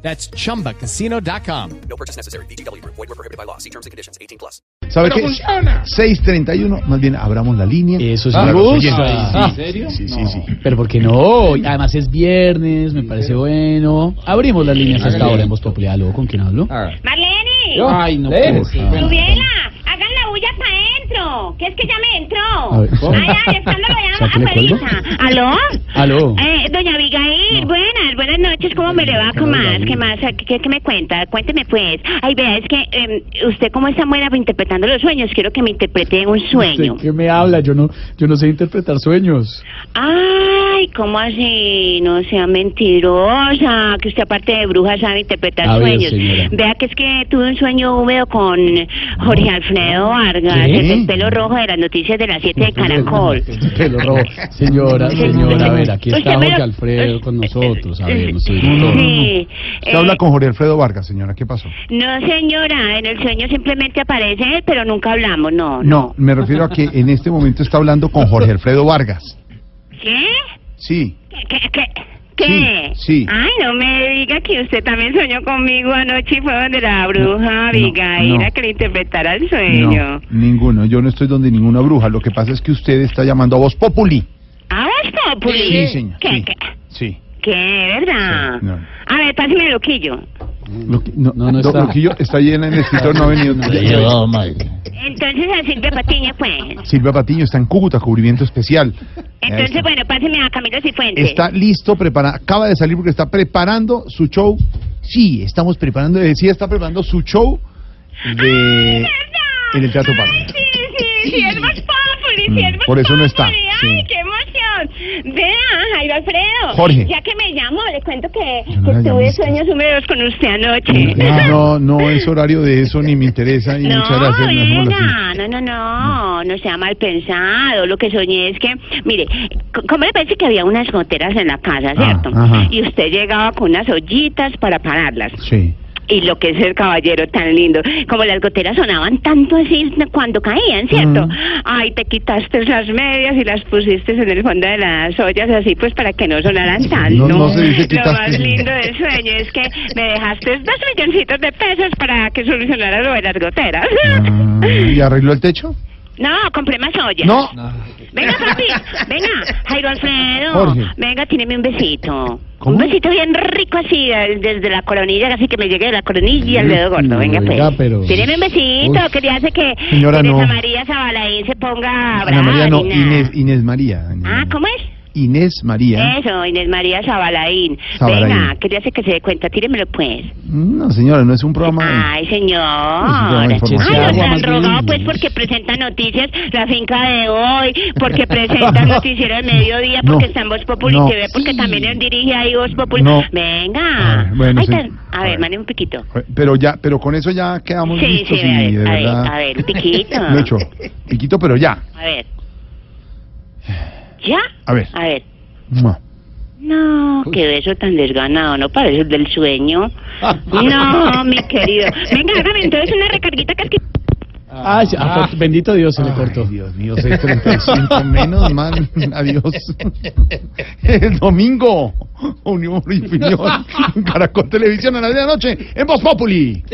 That's chumbacasino.com. No purchase necessary. BGW. Void were prohibited by law. See terms and conditions. 18 plus. ¿Sabe ¡No qué? funciona! 6.31, más bien abramos la línea. Eso sí Ah, me ¿me gusta. gusta? ¿En serio? Sí, sí, sí. Pero ¿por qué no? Además es viernes, me parece bueno. Abrimos las líneas hasta ahora en Voz Popular. ¿Aló? ¿Con quién hablo? Marlene, Ay, no, porfa. Rubiela, hagan la bulla para adentro. ¿Qué es que ya me A ver, entró? ¿cómo? Ay, ay, escándalo ya, ¿Será que le abuelita. ¿Aló? ¿Aló? Eh, doña Abigail, buenas, buenas noches. ¿Cómo me le va? ¿Qué más? ¿Qué más? ¿Qué, qué, qué me cuenta? Cuénteme, pues. Ay, vea, es que eh, usted como es tan buena interpretando los sueños, quiero que me interprete en un sueño. ¿De qué me habla? Yo no, yo no sé interpretar sueños. Ay, ¿cómo así? No sea mentirosa, que usted aparte de bruja sabe interpretar A ver, sueños. señora. Vea que es que tuve un sueño húmedo con Jorge Alfredo Vargas, ¿Qué? el del pelo rojo de las noticias de las 7 de Caracol. Pelo rojo. Señora, señora, a ver, aquí está Usted me lo- Jorge Alfredo con nosotros. A ver, no sé. Sí, Usted eh, habla con Jorge Alfredo Vargas, señora, ¿qué pasó? No, señora, en el sueño simplemente aparece él, pero nunca hablamos, no. No, me refiero a que en este momento está hablando con Jorge Alfredo Vargas. ¿Qué? Sí, ¿Qué? ¿Qué? ¿Qué? Sí, sí. Ay, no me diga que usted también soñó conmigo anoche y fue donde la bruja Abigail no. a que le interpretara el no, sueño. ninguno, yo no estoy donde ninguna bruja, lo que pasa es que usted está llamando a Voz Populi. ¿A vos, Populi? Sí, señor, Ah, sí, pues. ¿Qué? ¿Qué? sí. ¿Qué? ¿Verdad? Sí, no. A ver, pásame el loquillo. Lo que- no, No, no lo- está. Loquillo está llena en el escritor, no ha venido. Entonces a Silvia Patiño, pues. Silvia Patiño está en Cúcuta, cubrimiento especial. Entonces, Ahí está. bueno, pásame a Camilo Cifuentes. Está listo, prepara, acaba de salir porque está preparando su show. Sí, estamos preparando, eh, sí, está preparando su show de en el Teatro Parque. Ay, sí, sí, sí, es Voz Populi, sí, Mm, es Voz por eso no está, Populi. Ay, sí. qué emoción. Vea, Jairo Alfredo. Jorge. Ya que me llamo, le cuento que, Yo no que la llamo, tuve es que- sueños húmedos con usted anoche. No, no es horario de eso ni me interesa y No, muchas gracias. no hacemos así. venga, no, no, no, Mm. no sea mal pensado. Lo que soñé es que, mire, c- ¿cómo le parece que había unas goteras en la casa, cierto? Ah, ajá. Y usted llegaba con unas ollitas para pararlas. Sí. Y lo que es el caballero tan lindo, como las goteras sonaban tanto así cuando caían, ¿cierto? Ujú. Ay, te quitaste las medias y las pusiste en el fondo de las ollas así pues para que no sonaran tan, No, no se dice Lo quitaste. más lindo del sueño es que me dejaste dos milloncitos de pesos para que solucionara lo de las goteras. Ah, ¿Y arregló el techo? No, compré más ollas. No. Venga, papi, venga, Jairo Alfredo. Jorge. Venga, tíreme un besito. ¿Cómo? Un besito bien rico así, al- desde la coronilla, así que me llegue de la coronilla al dedo gordo. Venga, pues. Oiga, pero- Tíreme un besito, Uy. que le hace que Señora, Teresa no. María Zabalaí se ponga brava. Ana María no, ni nada. Inés, Inés María. Ah, ¿cómo Eh. es? Inés María. Eso, Inés María Zabalaín. Zabalaín. Venga, que le hace que se dé cuenta, tíremelo pues. No, señora, no es un programa. de- Ay, señor. programa de Ay, no información. han Más bien. rogado, pues, porque presenta noticias La Finca de Hoy, porque presenta Noticiero de Mediodía, porque No. está en Voz Populi No. TV, porque también él dirige ahí Voz Populi. No. Venga. A ver, bueno, Ay, sí. tan- A A ver, ver. mande un piquito. Pero ya, pero con eso ya quedamos Sí, listos sí, a y ver, de a ver, verdad. a ver, piquito. Lo he hecho. Piquito, pero ya. A ver. ¿Ya? A ver. A ver. Mua. No, qué beso tan desganado, ¿no? Parece el del sueño. No, mi querido. Venga, hágame entonces una recarguita que es que... Ah, sí, ah, pues, bendito Dios, se le cortó. Ay, Dios mío, 635 menos mal. Adiós. El domingo, Unión y Opinión, Caracol Televisión a las 10 de la noche, en Voz Populi.